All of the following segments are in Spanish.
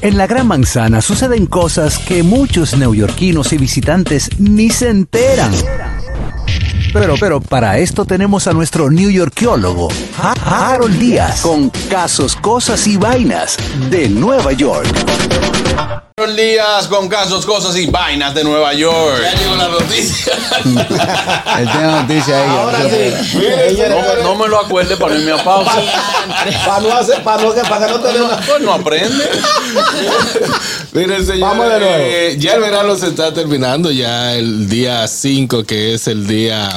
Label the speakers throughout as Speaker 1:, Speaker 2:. Speaker 1: En la Gran Manzana suceden cosas que muchos neoyorquinos y visitantes ni se enteran. Pero, pero, para esto tenemos a nuestro newyorkiólogo, Ha- Harold Díaz, con casos, cosas y vainas de Nueva York.
Speaker 2: Buenos días con casos, cosas y vainas de Nueva York.
Speaker 3: llegó la noticia.
Speaker 4: Él tiene noticia ahí.
Speaker 5: Ahora sí.
Speaker 3: No, me lo acuerde para irme a pausa.
Speaker 5: Para no hacer, para no, para que no te dé una.
Speaker 2: Pues no aprende.
Speaker 4: Miren, señores,
Speaker 5: Vamos de nuevo.
Speaker 4: eh, ya el verano se está terminando, ya el día 5, que es el día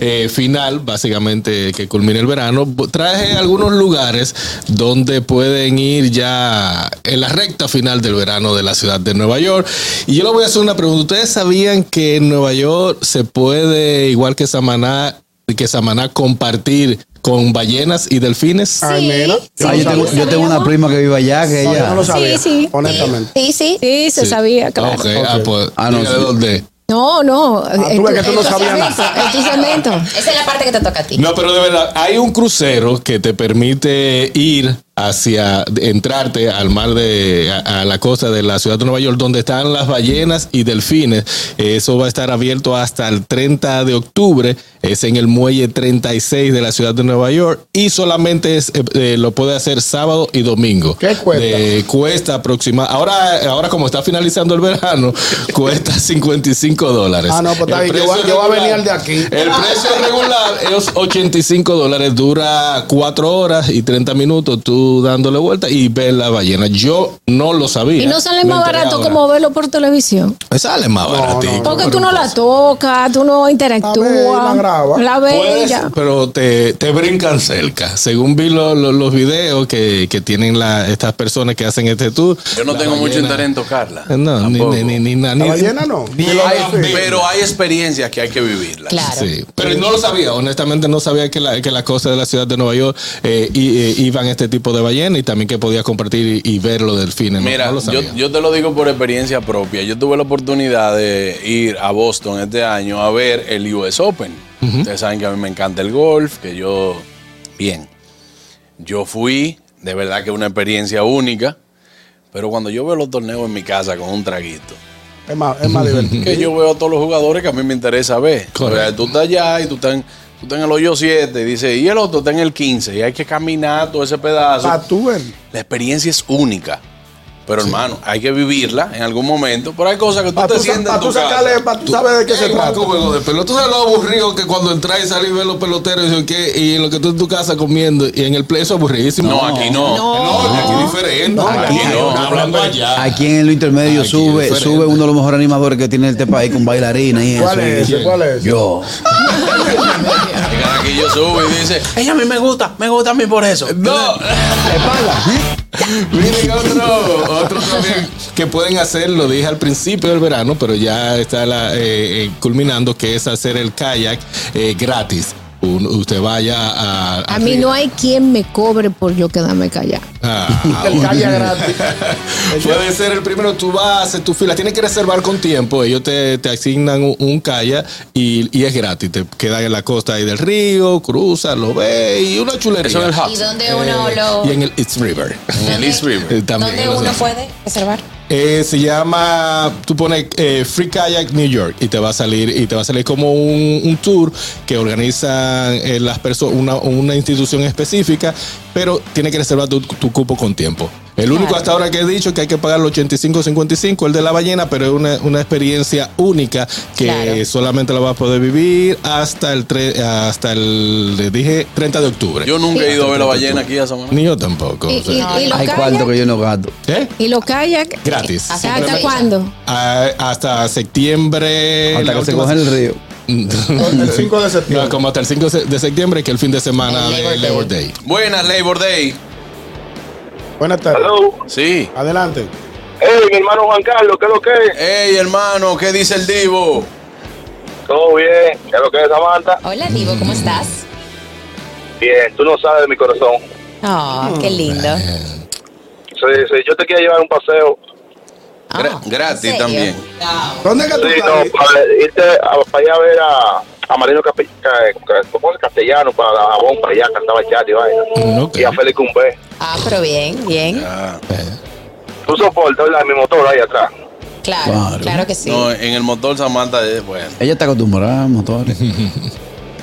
Speaker 4: eh, final, básicamente, que culmina el verano. Bu- Traje algunos lugares donde pueden ir ya en la recta final del verano de la ciudad de Nueva York. Y yo les voy a hacer una pregunta. ¿Ustedes sabían que en Nueva York se puede, igual que Samaná, que Samaná compartir con ballenas y delfines?
Speaker 5: Ay, mira.
Speaker 4: Ah, yo, tengo, yo tengo una prima que vive allá, que
Speaker 5: No, yo
Speaker 4: ella...
Speaker 5: no lo sabía.
Speaker 6: sí.
Speaker 5: Honestamente.
Speaker 6: Sí, sí. Sí, se
Speaker 4: Sí.
Speaker 6: sabía, claro.
Speaker 4: Ok, ah, pues,
Speaker 7: Ah, no,
Speaker 4: diga
Speaker 7: sí.
Speaker 4: de dónde.
Speaker 6: No, no. en
Speaker 5: tú ves
Speaker 6: tu-
Speaker 5: que tú no
Speaker 6: en tu
Speaker 5: sabías nada.
Speaker 6: segmento, En tu segmento.
Speaker 8: Ah, Esa es la parte que te toca a ti.
Speaker 4: No, pero de verdad, hay un crucero que te permite ir hacia, entrarte al mar de, a, a la costa de la ciudad de Nueva York, donde están las ballenas y delfines. Eso va a estar abierto hasta el 30 de octubre. Es en el muelle 36 de la ciudad de Nueva York y solamente es, eh, eh, lo puede hacer sábado y domingo.
Speaker 5: ¿Qué cuesta?
Speaker 4: De- cuesta aproximadamente, ahora, ahora como está finalizando el verano, cuesta 55 dólares.
Speaker 5: Ah, no, pues está
Speaker 4: El
Speaker 5: bien, yo voy-
Speaker 4: precio
Speaker 5: yo voy a venir
Speaker 4: regular-
Speaker 5: al de aquí. Ah,
Speaker 4: el precio regular es 85 dólares, dura 4 horas y 30 minutos tú dándole vuelta y ves la ballena. Yo no lo sabía.
Speaker 6: Y no sale
Speaker 4: Me
Speaker 6: más
Speaker 4: enteré
Speaker 6: barato
Speaker 4: ahora.
Speaker 6: como verlo por televisión.
Speaker 4: Me Sale más baratito.
Speaker 6: Porque
Speaker 4: pero
Speaker 6: tú no la tocas, tú no interactúas.
Speaker 5: La ve, la graba.
Speaker 6: La ves y
Speaker 4: puedes,
Speaker 6: ya.
Speaker 4: pero te, te brincan cerca. Según vi lo- lo- los videos que, que tienen la- estas personas que hacen este tour.
Speaker 3: Yo no
Speaker 4: la
Speaker 3: tengo mucho
Speaker 4: ballena-
Speaker 3: interés en tocarla.
Speaker 4: No, ni,
Speaker 3: Tampoco.
Speaker 4: ni, ni, ni, na-
Speaker 5: La
Speaker 4: ni-
Speaker 5: ballena no.
Speaker 4: ni-
Speaker 5: Ni la
Speaker 4: hay-
Speaker 5: delfín.
Speaker 3: Pero hay experiencias que hay que vivirlas.
Speaker 8: Claro.
Speaker 4: Sí, pero no lo sabía, honestamente no sabía que la, que las cosas de la ciudad de Nueva York eh, i- eh, iban este tipo de ballenas y también que podías compartir y, y ver los delfines. No-
Speaker 3: Mira,
Speaker 4: no lo
Speaker 3: yo,
Speaker 4: sabía.
Speaker 3: yo te lo digo por experiencia propia. Yo tuve la oportunidad de ir a Boston este año a ver el US Open. Ustedes saben que a mí me encanta el golf, que yo... Bien. Yo fui, de verdad que una experiencia única, pero cuando yo veo los torneos en mi casa con un traguito,
Speaker 5: Es más, es más divertido.
Speaker 3: que yo veo a todos los jugadores que a mí me interesa ver. O
Speaker 4: Correcto.
Speaker 3: sea, tú estás allá y tú estás en, tú estás en el hoyo 7 y dices, y el otro está en el 15 y hay que caminar todo ese pedazo.
Speaker 5: Para tú ver.
Speaker 3: La experiencia es única. Pero hermano, hay que vivirla en algún momento. Pero hay cosas que tú
Speaker 5: Para
Speaker 3: te
Speaker 5: tú,
Speaker 3: sientes
Speaker 5: para
Speaker 3: en
Speaker 5: tú
Speaker 3: tu casa.
Speaker 5: sacarle, para tú saber de qué se
Speaker 4: Ey, Marco,
Speaker 5: trata.
Speaker 4: juego de pelota. Tú sabes lo aburrido que cuando entras y salís ves los peloteros y, eso, ¿qué? y lo que tú en tu casa comiendo y en el play eso es aburridísimo.
Speaker 3: No, aquí no.
Speaker 4: No, que aquí es diferente.
Speaker 5: No,
Speaker 3: aquí no.
Speaker 4: Hablando allá.
Speaker 7: Aquí en lo intermedio
Speaker 4: Aquí,
Speaker 7: sube,
Speaker 4: diferente.
Speaker 7: sube uno de los mejores animadores que tiene este país con bailarina y
Speaker 5: ¿Cuál
Speaker 7: eso.
Speaker 5: es ese? ¿Cuál es ese?
Speaker 7: Yo.
Speaker 3: Y cada que yo subo y dice, ella a mí me gusta, me gusta a mí por eso.
Speaker 4: No. Miren otro, otro también que pueden hacer, lo dije al principio del verano, pero ya está la, eh, eh, culminando, que es hacer el kayak eh, gratis. Un- usted vaya a...
Speaker 6: A mí no hay quien me cobre por yo quedarme callada.
Speaker 4: Ah,
Speaker 5: El
Speaker 4: bueno.
Speaker 5: calle gratis.
Speaker 4: Puede ser el primero, tú vas, haces tu fila, tienes que reservar con tiempo, ellos te, te asignan un, un kayak y, y es gratis, te queda en la costa ahí del río, cruzas, lo ves y una chulería.
Speaker 3: Eso en el hub.
Speaker 8: ¿Y dónde uno lo.?
Speaker 4: Eh, Y en el East River.
Speaker 3: En el East River.
Speaker 4: Eh, también,
Speaker 8: ¿Dónde
Speaker 4: o sea.
Speaker 8: uno puede reservar?
Speaker 4: Eh, se llama, tú pones eh, Free Kayak New York y te va a salir y te va a salir como un, un tour que organizan eh, las personas, una, una institución específica, pero tiene que reservar tu, tu cupo con tiempo. El único hasta ahora que he dicho que hay que pagar los 85.55, el de la ballena, pero es una, una experiencia única que
Speaker 8: Claro.
Speaker 4: solamente la vas a poder vivir hasta el tre- hasta el le dije 30 de octubre.
Speaker 3: Yo nunca he ido a ver la ballena aquí a Samaná.
Speaker 4: ni yo tampoco.
Speaker 6: Y,
Speaker 4: o sea.
Speaker 6: y- y los
Speaker 7: Hay cuarto
Speaker 6: kayak.
Speaker 7: que yo no gato.
Speaker 4: ¿Eh?
Speaker 6: Y los kayak.
Speaker 4: Gratis.
Speaker 6: ¿Hasta
Speaker 8: Simplemente.
Speaker 6: cuándo?
Speaker 4: Ah, hasta septiembre. la
Speaker 7: Hasta que se
Speaker 4: última
Speaker 7: coge el río.
Speaker 5: El 5 de
Speaker 4: No,
Speaker 5: septiembre.
Speaker 4: como hasta el 5 de septiembre, que el fin de semana
Speaker 8: El
Speaker 4: de
Speaker 8: Labor
Speaker 4: Labor Day.
Speaker 3: Buenas, Labor Day.
Speaker 5: Buenas tardes.
Speaker 3: Sí.
Speaker 5: Adelante.
Speaker 9: Hey, mi hermano Juan Carlos, ¿qué es lo que es?
Speaker 3: Ey, hermano, ¿qué dice el Divo?
Speaker 7: Eh.
Speaker 9: Todo bien, ¿qué es lo que es, Samantha?
Speaker 8: Hola, Divo, ¿cómo estás?
Speaker 9: Bien, tú no sabes de mi corazón.
Speaker 8: Oh, qué lindo.
Speaker 4: Eh,
Speaker 9: Sí, sí, yo te quiero llevar un paseo.
Speaker 3: Gra-
Speaker 8: Oh,
Speaker 3: gratis
Speaker 8: ¿en serio? Ah,
Speaker 3: también.
Speaker 5: ¿Dónde es que tú
Speaker 9: Sí,
Speaker 5: estás?
Speaker 9: no, para irte a, para ir a ver a, a Marino Cape- Ca- Ca- ¿cómo es? Castellano, para la Jabón, para allá, cantaba chat y vaina.
Speaker 4: Mm, ok.
Speaker 9: Y a Félix Cumbé.
Speaker 8: Ah, pero bien, bien.
Speaker 3: Ah,
Speaker 9: Tú soportas ¿verdad? mi motor ahí atrás.
Speaker 8: Claro,
Speaker 7: Claro.
Speaker 8: claro, que sí.
Speaker 4: eh,
Speaker 3: No, en el motor Samantha es bueno.
Speaker 7: Ella está acostumbrada a motores.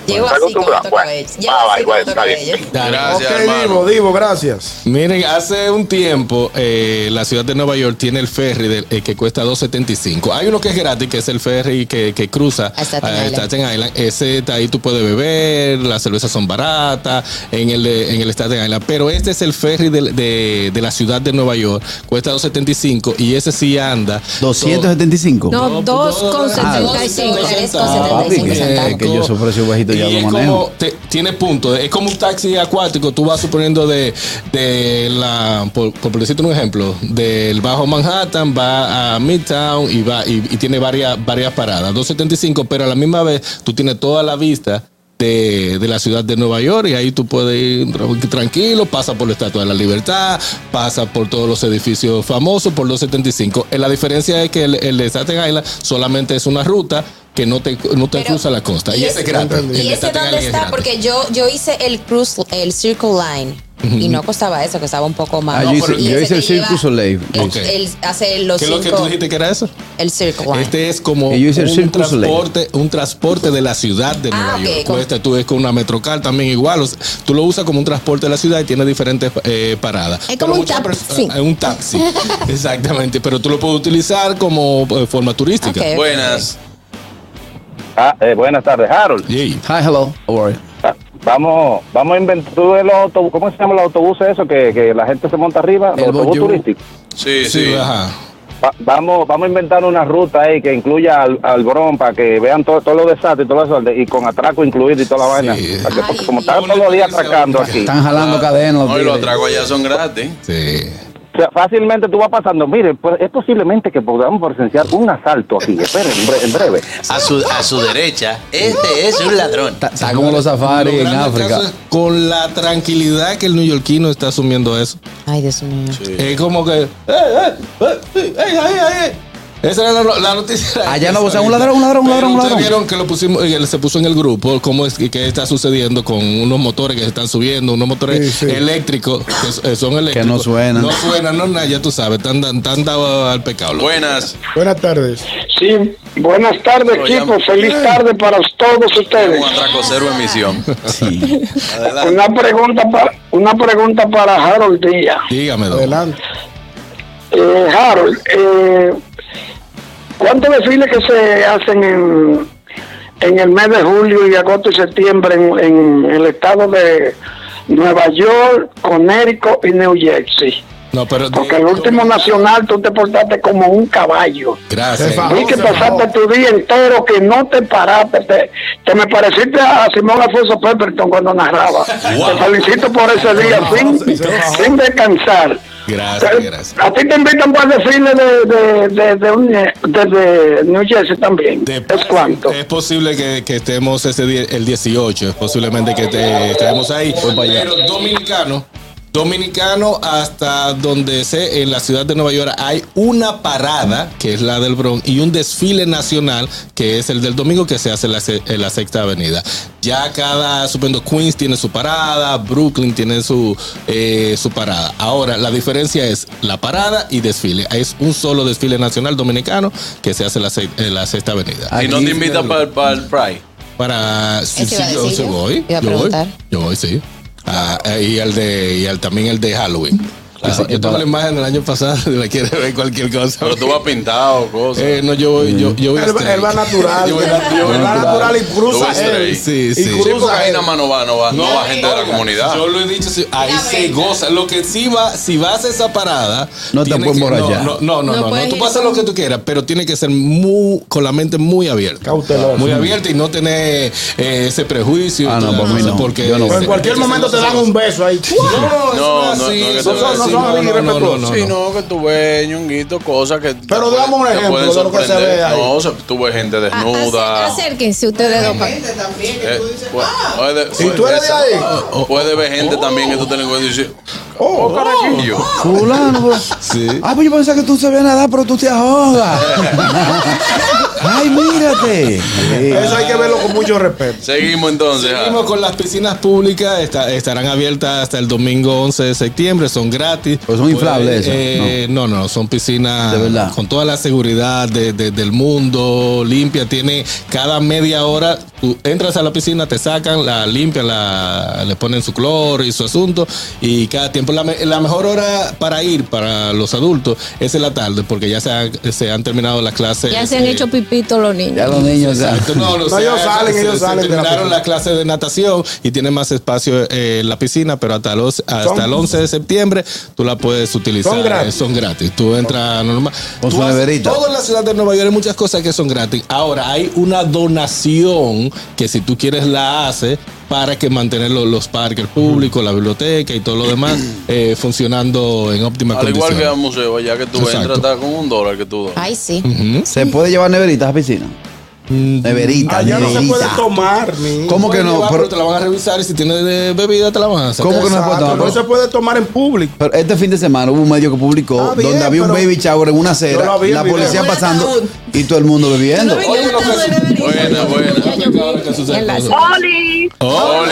Speaker 8: Llego
Speaker 9: ¿Está
Speaker 8: así con
Speaker 9: acostumbrado?
Speaker 8: otro
Speaker 9: Bueno,
Speaker 8: cabello.
Speaker 9: va,
Speaker 8: Llego
Speaker 9: va,
Speaker 8: así
Speaker 9: igual,
Speaker 8: con otro
Speaker 9: está bien.
Speaker 8: cabello.
Speaker 3: Gracias,
Speaker 5: ok,
Speaker 3: hermano.
Speaker 5: Divo, Divo, gracias.
Speaker 4: Miren, hace un tiempo eh, la ciudad de Nueva York tiene el ferry del- eh, que cuesta 2.75. Hay uno que es gratis, que es el ferry que, que cruza
Speaker 8: A Staten
Speaker 4: a
Speaker 8: Island.
Speaker 4: Staten Island. Ese está ahí tú puedes beber, las cervezas son baratas en el, de- en el Staten Island. Pero este es el ferry del- de, de la ciudad de Nueva York, cuesta 2.75 y ese sí anda.
Speaker 7: 275.
Speaker 6: No, dos con
Speaker 7: Ah,
Speaker 6: 75.
Speaker 8: dos dólares con
Speaker 4: Ah,
Speaker 7: papi,
Speaker 8: 75
Speaker 7: que-
Speaker 8: centavos.
Speaker 7: que yo esos precios bajitos ya
Speaker 4: Y
Speaker 7: lo
Speaker 4: es
Speaker 7: manejo.
Speaker 4: como- te- tiene puntos. Es como un taxi acuático. Tú vas suponiendo de, de la, por, por decirte un ejemplo, del Bajo Manhattan, va a Midtown y va y, y tiene varias, varias paradas. 275, pero a la misma vez tú tienes toda la vista. De, de la ciudad de Nueva York y ahí tú puedes ir tra- tranquilo, pasa por la Estatua de la Libertad, pasa por todos los edificios famosos por 275. Eh, La diferencia es que el, el de Staten Island solamente es una ruta que no te, no te
Speaker 8: Pero-
Speaker 4: cruza la costa. Y,
Speaker 8: y
Speaker 4: ese es
Speaker 8: ese-
Speaker 4: gratis. El
Speaker 8: ¿Y
Speaker 4: de
Speaker 8: ese
Speaker 4: Staten Island
Speaker 8: dónde
Speaker 4: es
Speaker 8: está?
Speaker 4: gratis.
Speaker 8: Porque yo, yo hice el cruise, el Circle Line. Y no costaba eso, costaba un poco más.
Speaker 7: Ah, yo
Speaker 8: No,
Speaker 7: hice-
Speaker 8: pero- y
Speaker 7: yo
Speaker 8: ese
Speaker 7: hice
Speaker 8: te
Speaker 7: el Cirque
Speaker 8: lleva
Speaker 7: du Soleil.
Speaker 8: el-
Speaker 4: Ok.
Speaker 8: el- hace los
Speaker 4: ¿Qué es lo que tú
Speaker 8: cinco-
Speaker 4: dijiste que era eso?
Speaker 8: El Circle Line.
Speaker 4: Este es como
Speaker 7: Y yo hice el
Speaker 4: un
Speaker 7: Cirque du Soleil.
Speaker 4: transporte, un transporte de la ciudad de
Speaker 8: Ah,
Speaker 4: Nueva
Speaker 8: ok,
Speaker 4: York.
Speaker 8: con-
Speaker 4: Cuesta, tú es con una metrocar también igual. o sea, tú lo usas como un transporte de la ciudad y tiene diferentes eh, paradas.
Speaker 6: Es como
Speaker 4: Pero
Speaker 6: un
Speaker 4: muchas
Speaker 6: taxi.
Speaker 4: personas- ah, Un taxi. Exactamente. Pero tú lo puedes utilizar como eh, forma turística.
Speaker 8: Ok.
Speaker 3: Buenas.
Speaker 9: Ah, eh, buenas tardes, Harold.
Speaker 4: Yay.
Speaker 7: Hi, hello. How are you?
Speaker 9: Ah, Vamos, vamos a inventar tú ves los autobu- ¿Cómo se llaman los autobuses eso que, que la gente se monta arriba? Los
Speaker 7: El
Speaker 9: autobuses
Speaker 7: Bonjour.
Speaker 9: turísticos.
Speaker 3: Sí, sí.
Speaker 4: Sí, ajá.
Speaker 9: Va- vamos, vamos a inventar una ruta ahí que incluya al, al Bron para que vean todo, todo lo desastre y todo eso y con atraco incluido y toda la
Speaker 4: Sí.
Speaker 9: vaina. Para que- porque
Speaker 8: Ay,
Speaker 9: como están
Speaker 4: Dios.
Speaker 9: todos los días atracando aquí.
Speaker 7: Están jalando cadenas.
Speaker 3: Hoy Ah, los
Speaker 7: tigres.
Speaker 3: tragos allá son gratis.
Speaker 4: Sí.
Speaker 9: O sea, fácilmente tú vas pasando, mire, pues, es posiblemente que podamos presenciar un asalto aquí, esperen, en, bre- en breve.
Speaker 10: A su, a su derecha, este es un ladrón.
Speaker 7: Está, está como los
Speaker 4: Lo
Speaker 7: safaris en
Speaker 4: grande
Speaker 7: África.
Speaker 4: caso es con la tranquilidad que el neoyorquino está asumiendo eso.
Speaker 8: Ay, Dios mío.
Speaker 4: Es como que. ¡Eh, eh, eh, eh, eh, eh, eh! Esa era la, la noticia. era
Speaker 7: Allá
Speaker 4: esa
Speaker 7: Ah, no, o sea, un
Speaker 4: ahorita.
Speaker 7: ladrón, un ladrón, un
Speaker 4: Pero
Speaker 7: ladrón, un
Speaker 4: ustedes
Speaker 7: ladrón.
Speaker 4: vieron que lo pusimos, eh, se puso en el grupo, cómo es que qué está sucediendo con unos motores que se están subiendo, unos motores
Speaker 5: Sí, sí.
Speaker 4: eléctricos que s- eh, son eléctricos.
Speaker 7: no suenan.
Speaker 4: No suenan, no nada, ya tú sabes, están dan- están dados al pecado. loco.
Speaker 3: Buenas.
Speaker 5: Buenas tardes.
Speaker 9: Sí, buenas tardes,
Speaker 3: Pero ya- equipo.
Speaker 9: feliz tarde para todos
Speaker 3: Un atraco cero emisión.
Speaker 7: Sí.
Speaker 3: Adelante.
Speaker 9: pregunta para una pregunta para Harold Díaz.
Speaker 4: Dígame, don.
Speaker 5: Adelante.
Speaker 9: Eh, Harold, eh, ¿cuántos desfiles que se hacen en, en el mes de julio y agosto y septiembre en, en el estado de Nueva York, Connecticut y New Jersey?
Speaker 4: No, pero.
Speaker 9: Porque el último nacional tú te portaste como un caballo.
Speaker 4: Gracias.
Speaker 5: Se fajó.
Speaker 9: Vi que
Speaker 5: se
Speaker 9: pasaste tu día entero, que no te paraste. Te, te me pareciste a Simón Alfonso Pemberton cuando narraba. Te felicito por ese día, sin, sin descansar.
Speaker 4: Gracias, gracias.
Speaker 9: A ti te invitan para desfiles de, de, de, de, un- de- de New Jersey también.
Speaker 4: De-
Speaker 9: ¿Es cuánto?
Speaker 4: Es posible que, que estemos ese día, el 18, es posiblemente que te- estemos ahí. Pero dominicano, dominicano hasta donde sé, en la ciudad de Nueva York hay una parada, que es la del Bronx, y un desfile nacional, que es el del domingo, que se hace en la, se- en la Sexta Avenida. Ya cada, suponiendo, Queens tiene su parada, Brooklyn tiene su, eh, su parada. Ahora, la diferencia es la parada y desfile. Es un solo desfile nacional dominicano que se hace en la, se- en la Sexta Avenida.
Speaker 3: Si no te invitan para, para el Pride.
Speaker 4: Para sí, sí,
Speaker 8: Eso iba a
Speaker 4: yo,
Speaker 8: decir
Speaker 4: sí
Speaker 8: yo.
Speaker 4: voy,
Speaker 8: Iba a
Speaker 4: yo voy,
Speaker 8: preguntar.
Speaker 4: yo voy, sí. Ah, eh, y el de, y el- también el de Halloween. Así que
Speaker 7: yo
Speaker 4: toda la
Speaker 7: para-
Speaker 4: imagen del año pasado, si la quiere ver cualquier cosa.
Speaker 3: Pero tú vas pintado, cosas.
Speaker 4: Eh, no, yo voy, yo, yo voy
Speaker 5: Él, va-
Speaker 4: straight.
Speaker 5: él va natural.
Speaker 4: Yo voy
Speaker 5: él
Speaker 4: nat- yo voy
Speaker 5: va
Speaker 4: natural.
Speaker 5: natural y
Speaker 3: Yo voy
Speaker 5: cruza él.
Speaker 3: straight.
Speaker 4: Sí, sí.
Speaker 5: Y
Speaker 3: Sí, porque
Speaker 5: cruza
Speaker 3: ahí
Speaker 5: él.
Speaker 3: nada más no va, no va, no va gente de la comunidad.
Speaker 4: Yo lo he dicho, sí, ahí
Speaker 8: La
Speaker 4: se
Speaker 8: verdad.
Speaker 4: goza. Lo que sí va, si vas a esa parada.
Speaker 7: No te
Speaker 4: tiene
Speaker 7: puedes
Speaker 4: que-
Speaker 7: emborrachar.
Speaker 4: No, no, no,
Speaker 6: No
Speaker 4: no. no,
Speaker 6: puedes
Speaker 4: Tú
Speaker 6: ir
Speaker 4: pasas lo que tú quieras, pero tiene que ser muy, con la mente muy abierta.
Speaker 5: Cauteloso.
Speaker 4: Muy abierta y no tener eh, ese prejuicio.
Speaker 7: Ah,
Speaker 4: y
Speaker 7: no,
Speaker 4: toda
Speaker 7: para
Speaker 4: la
Speaker 7: mí
Speaker 4: cosa,
Speaker 7: no.
Speaker 4: Porque
Speaker 7: Yo no
Speaker 5: Pero Pues en cualquier momento te dan un beso ahí.
Speaker 3: No,
Speaker 4: No, eso
Speaker 3: no,
Speaker 4: es
Speaker 3: no,
Speaker 4: así,
Speaker 3: que
Speaker 4: eso
Speaker 3: te-
Speaker 4: es
Speaker 5: no,
Speaker 4: así, no,
Speaker 5: no,
Speaker 4: no, no, no,
Speaker 3: Sí,
Speaker 4: no.
Speaker 3: no, que tú ves ñonguito, cosas que. te
Speaker 5: Pero dame un
Speaker 3: pueden- te
Speaker 5: ejemplo
Speaker 3: pueden
Speaker 5: de lo que se
Speaker 3: sorprender.
Speaker 5: ve ahí.
Speaker 3: No, o sea, tú ves gente
Speaker 6: A-
Speaker 3: desnuda.
Speaker 6: acer- Acérquense ustedes dos. para-
Speaker 3: Eh, puede- puede-
Speaker 5: Si tú eres de
Speaker 3: puede-
Speaker 5: ahí.
Speaker 3: Puede ver gente también que tú te le encuentras y decir. Oh, carajillo.
Speaker 7: Fulano, bro.
Speaker 4: Sí.
Speaker 7: Ah, pues yo pensaba que tú sabías nadar, pero tú te ahogas.
Speaker 1: ¡Ay, mírate!
Speaker 5: Eso hay que verlo con mucho respeto.
Speaker 3: Seguimos entonces. ah.
Speaker 4: Seguimos con las piscinas públicas, está- estarán abiertas hasta el domingo 11 de septiembre, son gratis.
Speaker 7: Pues son inflables
Speaker 4: Eh, no. no, son piscinas
Speaker 7: De verdad.
Speaker 4: con toda la seguridad de- de- del mundo, limpia, tiene cada media hora, tú entras a la piscina, te sacan, la limpian, la, le ponen su cloro y su asunto, y cada tiempo, la, me- la mejor hora para ir para los adultos es en la tarde, porque ya se han, se han terminado las clases.
Speaker 6: Ya se han
Speaker 4: eh,
Speaker 6: hecho pipito los
Speaker 7: Ya
Speaker 6: niños.
Speaker 7: los niños ya.
Speaker 4: Exacto, no, no,
Speaker 5: No, ellos salen,
Speaker 4: se-
Speaker 5: ellos
Speaker 4: se
Speaker 5: salen de la
Speaker 4: Terminaron
Speaker 5: piscina.
Speaker 4: la clase de natación y tienen más espacio eh, en la piscina, pero hasta, los, hasta
Speaker 5: Son-
Speaker 4: el 11 de septiembre tú la puedes utilizar.
Speaker 5: Son gratis.
Speaker 4: eh, son gratis. Tú entras normal.
Speaker 7: Con
Speaker 4: Tú
Speaker 7: su
Speaker 4: vas-
Speaker 7: neverita.
Speaker 4: Todo en la ciudad de Nueva York hay muchas cosas que son gratis. Ahora, hay una donación que si tú quieres la haces para que mantener los, los parques públicos, la biblioteca y todo lo demás eh, funcionando en óptima
Speaker 3: Al
Speaker 4: condición.
Speaker 3: igual que al museo, ya que tú
Speaker 4: Exacto.
Speaker 3: entras está con un dólar que tú donas.
Speaker 8: Ay, sí.
Speaker 7: ¿Se puede llevar neveritas a piscina?
Speaker 4: Mm,
Speaker 7: Neverita,
Speaker 5: Allá no se puede
Speaker 7: neverita.
Speaker 5: tomar, ni.
Speaker 7: ¿Cómo que no?
Speaker 4: Llevar,
Speaker 7: Pero-
Speaker 4: pero te la van a revisar y si tienes eh, bebida te la van a sacar.
Speaker 7: ¿Cómo que no se puede
Speaker 5: Exacto,
Speaker 7: tomar?
Speaker 5: no se puede tomar en público.
Speaker 7: Pero este fin de semana hubo un medio que publicó
Speaker 5: Está Ah, bien,
Speaker 7: donde había un
Speaker 5: pero-
Speaker 7: baby shower en una
Speaker 5: Yo
Speaker 7: acera,
Speaker 5: lo vi en
Speaker 7: la
Speaker 5: video.
Speaker 7: policía
Speaker 5: Como
Speaker 8: un
Speaker 7: pasando
Speaker 8: ataúd.
Speaker 7: y todo el mundo bebiendo.
Speaker 4: Oye, lo que-
Speaker 3: Buena, buena.
Speaker 11: Oli,
Speaker 4: Oh,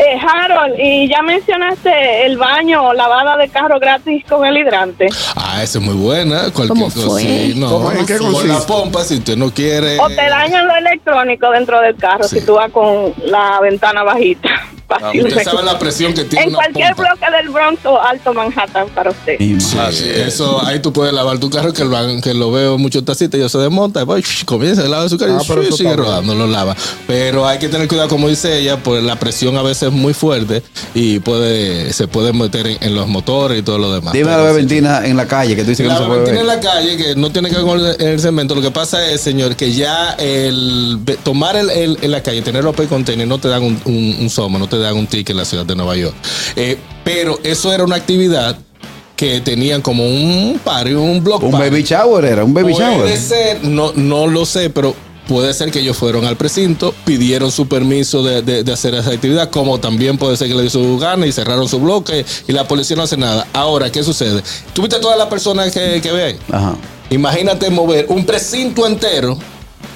Speaker 11: eh, Harold, y ya mencionaste el baño o lavada de carro gratis con el hidrante.
Speaker 4: Ah, esa es muy buena. Cualquier
Speaker 6: ¿Cómo fue?
Speaker 4: sí, no.
Speaker 5: ¿Cómo- en qué
Speaker 4: Con
Speaker 5: consiste?
Speaker 4: la pompa, si usted no quiere.
Speaker 11: O te dañan lo electrónico dentro del carro
Speaker 4: Sí.
Speaker 11: si tú vas con la ventana bajita. Fácil
Speaker 4: Usted sabe
Speaker 11: recu-
Speaker 4: la presión que tiene.
Speaker 11: En
Speaker 4: una
Speaker 11: cualquier
Speaker 4: pompa.
Speaker 11: bloque del Bronx o Alto Manhattan para usted.
Speaker 7: Mi
Speaker 4: Sí,
Speaker 7: madre.
Speaker 3: Así es.
Speaker 4: eso ahí tú puedes lavar tu carro que lo, que lo veo mucho tacita y yo se desmonta y voy, shh, comienza a lavar su carro
Speaker 5: Ah,
Speaker 4: y
Speaker 5: pero
Speaker 4: shh,
Speaker 5: eso
Speaker 4: sigue
Speaker 5: está
Speaker 4: rodando lo lava pero hay que tener cuidado como dice ella pues la presión a veces es muy fuerte y puede se puede meter en, en los motores y todo lo demás
Speaker 7: Dime la
Speaker 4: Pero sí.
Speaker 7: beventina en la calle que tú dices que
Speaker 4: La
Speaker 7: no se puede
Speaker 4: beventina en
Speaker 7: beber.
Speaker 4: la calle que no tiene que ver con el, el cemento. Lo que pasa es, señor, que ya el be- tomar el, el- en la calle, tener open container, no te dan un, un, un somo, no te dan un ticket en la ciudad de Nueva York. Eh, pero eso era una actividad que tenían como un party, un block
Speaker 7: Un
Speaker 4: party.
Speaker 7: baby shower era, un baby
Speaker 4: Puede
Speaker 7: shower.
Speaker 4: ser, no, no lo sé, pero puede ser que ellos fueron al precinto, pidieron su permiso de, de- de hacer esa actividad, como también puede ser que le dio su gana y cerraron su bloque y la policía no hace nada. Ahora, ¿qué sucede? Tuviste a todas las personas que, que ve ahí?
Speaker 7: Ajá.
Speaker 4: Imagínate mover un precinto entero.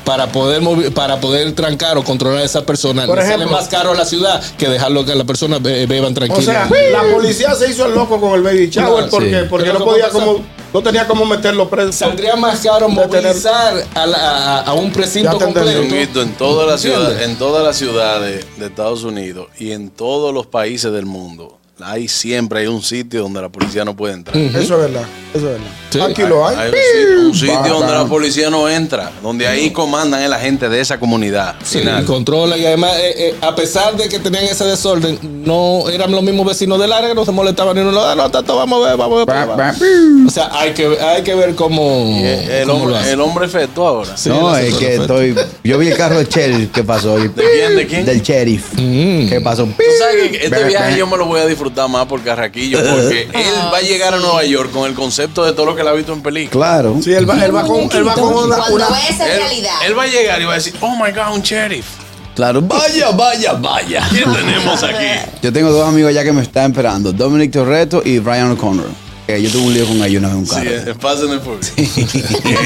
Speaker 4: Para poder movi- para poder trancar o controlar a esa persona,
Speaker 5: Por
Speaker 4: Le sale
Speaker 5: ejemplo.
Speaker 4: más caro a la ciudad que dejarlo que la persona be- beban tranquila.
Speaker 5: O sea, la policía se hizo el loco con el baby shower
Speaker 4: No,
Speaker 5: porque,
Speaker 4: sí.
Speaker 5: porque
Speaker 4: Pero
Speaker 5: no
Speaker 4: lo que
Speaker 5: podía
Speaker 4: pasa-
Speaker 5: como no tenía cómo meterlo preso.
Speaker 4: saldría más caro
Speaker 5: De tener-
Speaker 4: movilizar a, la- a- a un
Speaker 5: Ya
Speaker 4: precinto
Speaker 5: te entendí.
Speaker 4: completo.
Speaker 3: Honguito, en todas las
Speaker 4: ¿Entiendes?
Speaker 3: ciudades, en todas las ciudades de Estados Unidos y en todos los países del mundo, hay siempre hay un sitio donde la policía no puede entrar.
Speaker 5: Eso es verdad, eso es verdad. ¿eh?
Speaker 4: Sí.
Speaker 5: Aquí lo hay.
Speaker 3: Hay un sitio, un sitio
Speaker 5: Bam,
Speaker 3: donde la
Speaker 5: bam.
Speaker 3: policía no entra, donde ahí comandan a la gente de esa comunidad.
Speaker 4: Sí,
Speaker 3: Final.
Speaker 4: controla y además, eh, eh, a pesar de que tenían ese desorden, no eran los mismos vecinos del área que no se molestaban ni uno, ah, no, tanto, vamos a ver, vamos a ver.
Speaker 7: Ba,
Speaker 4: vamos a
Speaker 7: ba.
Speaker 4: ver". O sea, hay que, hay que ver cómo.
Speaker 3: Y el, Eh, el
Speaker 4: Mm, cómo lo
Speaker 3: hombre,
Speaker 4: hacen.
Speaker 3: el hombre feto ahora.
Speaker 4: Sí,
Speaker 7: no,
Speaker 4: lo
Speaker 7: es
Speaker 4: hacen
Speaker 7: que
Speaker 4: perfecto.
Speaker 7: estoy. Yo vi el carro de Shell que pasó. ¿De
Speaker 3: quién? ¿De quién?
Speaker 7: Del sheriff.
Speaker 4: Mm.
Speaker 7: ¿Qué pasó?
Speaker 3: Tú sabes que este
Speaker 7: Ba,
Speaker 3: viaje
Speaker 7: ba.
Speaker 3: yo me lo voy a disfrutar más por Carraquillo, porque él va a llegar a Nueva York con el concepto de todo lo que él ha visto en películas.
Speaker 7: Claro.
Speaker 5: Sí, él va, él va con, él va con una,
Speaker 8: Cuando
Speaker 5: una-
Speaker 8: ves esa
Speaker 3: Él,
Speaker 8: realidad.
Speaker 3: él va a llegar y va a decir, oh my god, un sheriff.
Speaker 7: Claro. Vaya, vaya, vaya.
Speaker 3: ¿Qué tenemos aquí?
Speaker 7: Yo tengo dos amigos allá que me están esperando: Dominic Torreto y Brian O'Connor. Que yo tuve un lío con ellos una vez en un
Speaker 3: Sí,
Speaker 7: carro.
Speaker 3: eh, pasen el público.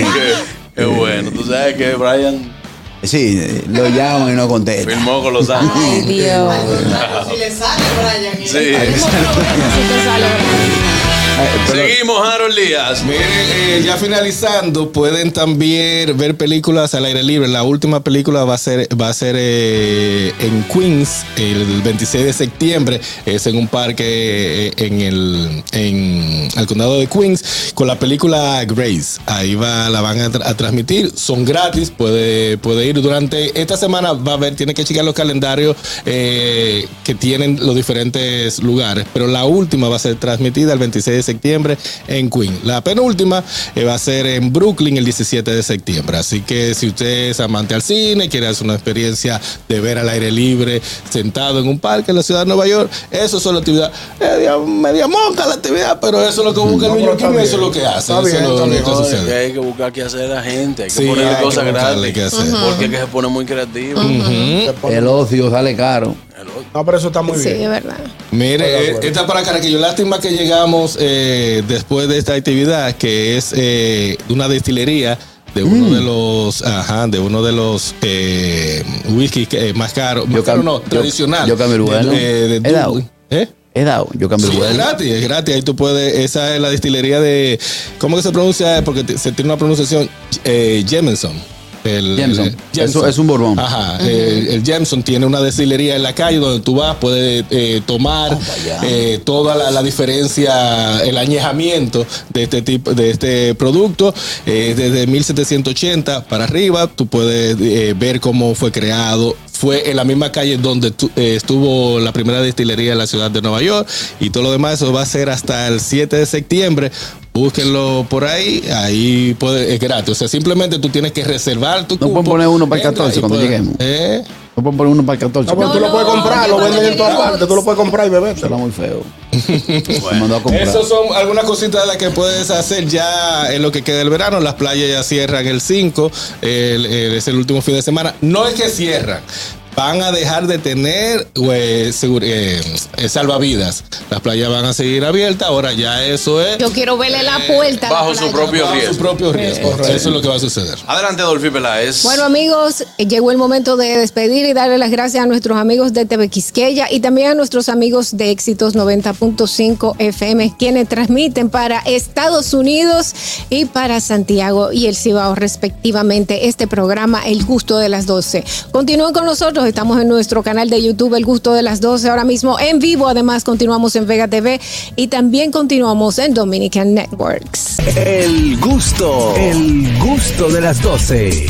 Speaker 3: Es bueno. Tú sabes que Brian
Speaker 7: Sí, eh, lo llaman y no contestan.
Speaker 3: filmó con los
Speaker 8: Ay,
Speaker 3: años.
Speaker 8: Dios.
Speaker 11: Si le sale, Brian.
Speaker 3: Sí. Seguimos, Harold Díaz.
Speaker 4: Miren, eh, ya finalizando, pueden también ver películas al aire libre. La última película va a ser, va a ser eh, en Queens el 26 de septiembre. Es en un parque eh, en el, en el condado de Queens con la película Grace. Ahí va, la van a, tra- a transmitir. Son gratis, puede, puede ir durante esta semana. Va a haber, tiene que checar los calendarios eh, que tienen los diferentes lugares. Pero la última va a ser transmitida el 26 de septiembre en Queen. La penúltima eh, va a ser en Brooklyn el 17 de septiembre. Así que si usted es amante al cine, quiere hacer una experiencia de ver al aire libre, sentado en un parque en la ciudad de Nueva York, eso es solo actividad. eh, dia- media monca la actividad, pero eso es lo que busca el
Speaker 5: No,
Speaker 4: New
Speaker 5: pero está
Speaker 4: Yorkino, eso es
Speaker 5: bien.
Speaker 4: lo que hace.
Speaker 5: Está
Speaker 4: Eso
Speaker 5: bien,
Speaker 4: es lo,
Speaker 5: está
Speaker 4: lo
Speaker 5: bien.
Speaker 4: que
Speaker 3: No, es que
Speaker 4: sucede.
Speaker 3: hay que buscar qué hacer la gente. Hay que
Speaker 4: Sí, hay
Speaker 3: poner
Speaker 4: que
Speaker 3: cosas
Speaker 4: buscarle
Speaker 3: gratis.
Speaker 4: qué hacer.
Speaker 3: Porque es que se pone muy creativo.
Speaker 4: Ujú.
Speaker 7: El ocio sale caro.
Speaker 5: No, pero eso está muy
Speaker 6: Sí, es
Speaker 5: bien.
Speaker 6: verdad.
Speaker 4: Mire, eh, esta para Caraquillo. Lástima que llegamos eh, después de esta actividad, que es eh, una destilería de
Speaker 7: Mm.
Speaker 4: uno de los, ajá, de uno de los eh, whisky que- eh, más caros, más caro no,
Speaker 7: yo-
Speaker 4: tradicional. Eh,
Speaker 7: yo cambio el lugar, ¿no?
Speaker 4: De, de- de-
Speaker 7: He dado.
Speaker 4: ¿Eh?
Speaker 7: He dado, yo cambio
Speaker 4: Sí,
Speaker 7: el
Speaker 4: es
Speaker 7: lugar.
Speaker 4: gratis, es gratis. Ahí tú puedes. Esa es la destilería de. ¿Cómo que se pronuncia? Eh, Porque te- se tiene una pronunciación. Eh, Jemenson. El,
Speaker 7: Jameson.
Speaker 4: el- Jameson.
Speaker 7: Eso es un borbón.
Speaker 4: Ajá. El, el Jameson tiene una destilería en la calle donde tú vas, puedes eh,
Speaker 7: Oh,
Speaker 4: tomar eh, toda la, la diferencia, el añejamiento de este tipo, de este producto. Eh, desde 1780 para arriba, tú puedes eh, ver cómo fue creado. Fue en la misma calle donde tu- eh, estuvo la primera destilería en la ciudad de Nueva York y todo lo demás. Eso va a ser hasta el 7 de septiembre. Búsquenlo por ahí, ahí puede, es gratis. O sea, simplemente tú tienes que reservar tu
Speaker 7: No pueden poner uno para el 14 cuando lleguemos.
Speaker 4: ¿Eh?
Speaker 7: No pueden poner uno para el 14.
Speaker 5: No, pero tú lo puedes comprar, lo venden en todas partes, tú lo puedes comprar y beber.
Speaker 7: Suena muy feo. Me mandó a comprar.
Speaker 4: Esas son algunas cositas de las que puedes hacer ya en lo que queda del verano. Las playas ya cierran el 5, el- el- es el último fin de semana. No es que cierran. Van a dejar de tener pues, segur- eh, eh, salvavidas. Las playas van a seguir abiertas. Ahora ya eso es
Speaker 6: Yo quiero verle la puerta. a la
Speaker 3: bajo su
Speaker 6: playa.
Speaker 3: propio
Speaker 4: a su
Speaker 3: riesgo.
Speaker 4: propio riesgo. Eso es lo que va a suceder.
Speaker 3: Adelante, Dolphy Peláez.
Speaker 6: Bueno, amigos, eh, llegó el momento de despedir y darle las gracias a nuestros amigos de TV Quisqueya y también a nuestros amigos de Éxitos 90.5 FM, quienes transmiten para Estados Unidos y para Santiago y el Cibao, respectivamente, este programa El Gusto de las 12. Continúen con nosotros, estamos en nuestro canal de YouTube El Gusto de las 12, ahora mismo en vivo. Además, continuamos en Vega TV y también continuamos en Dominican Networks.
Speaker 1: El gusto, el gusto de las 12.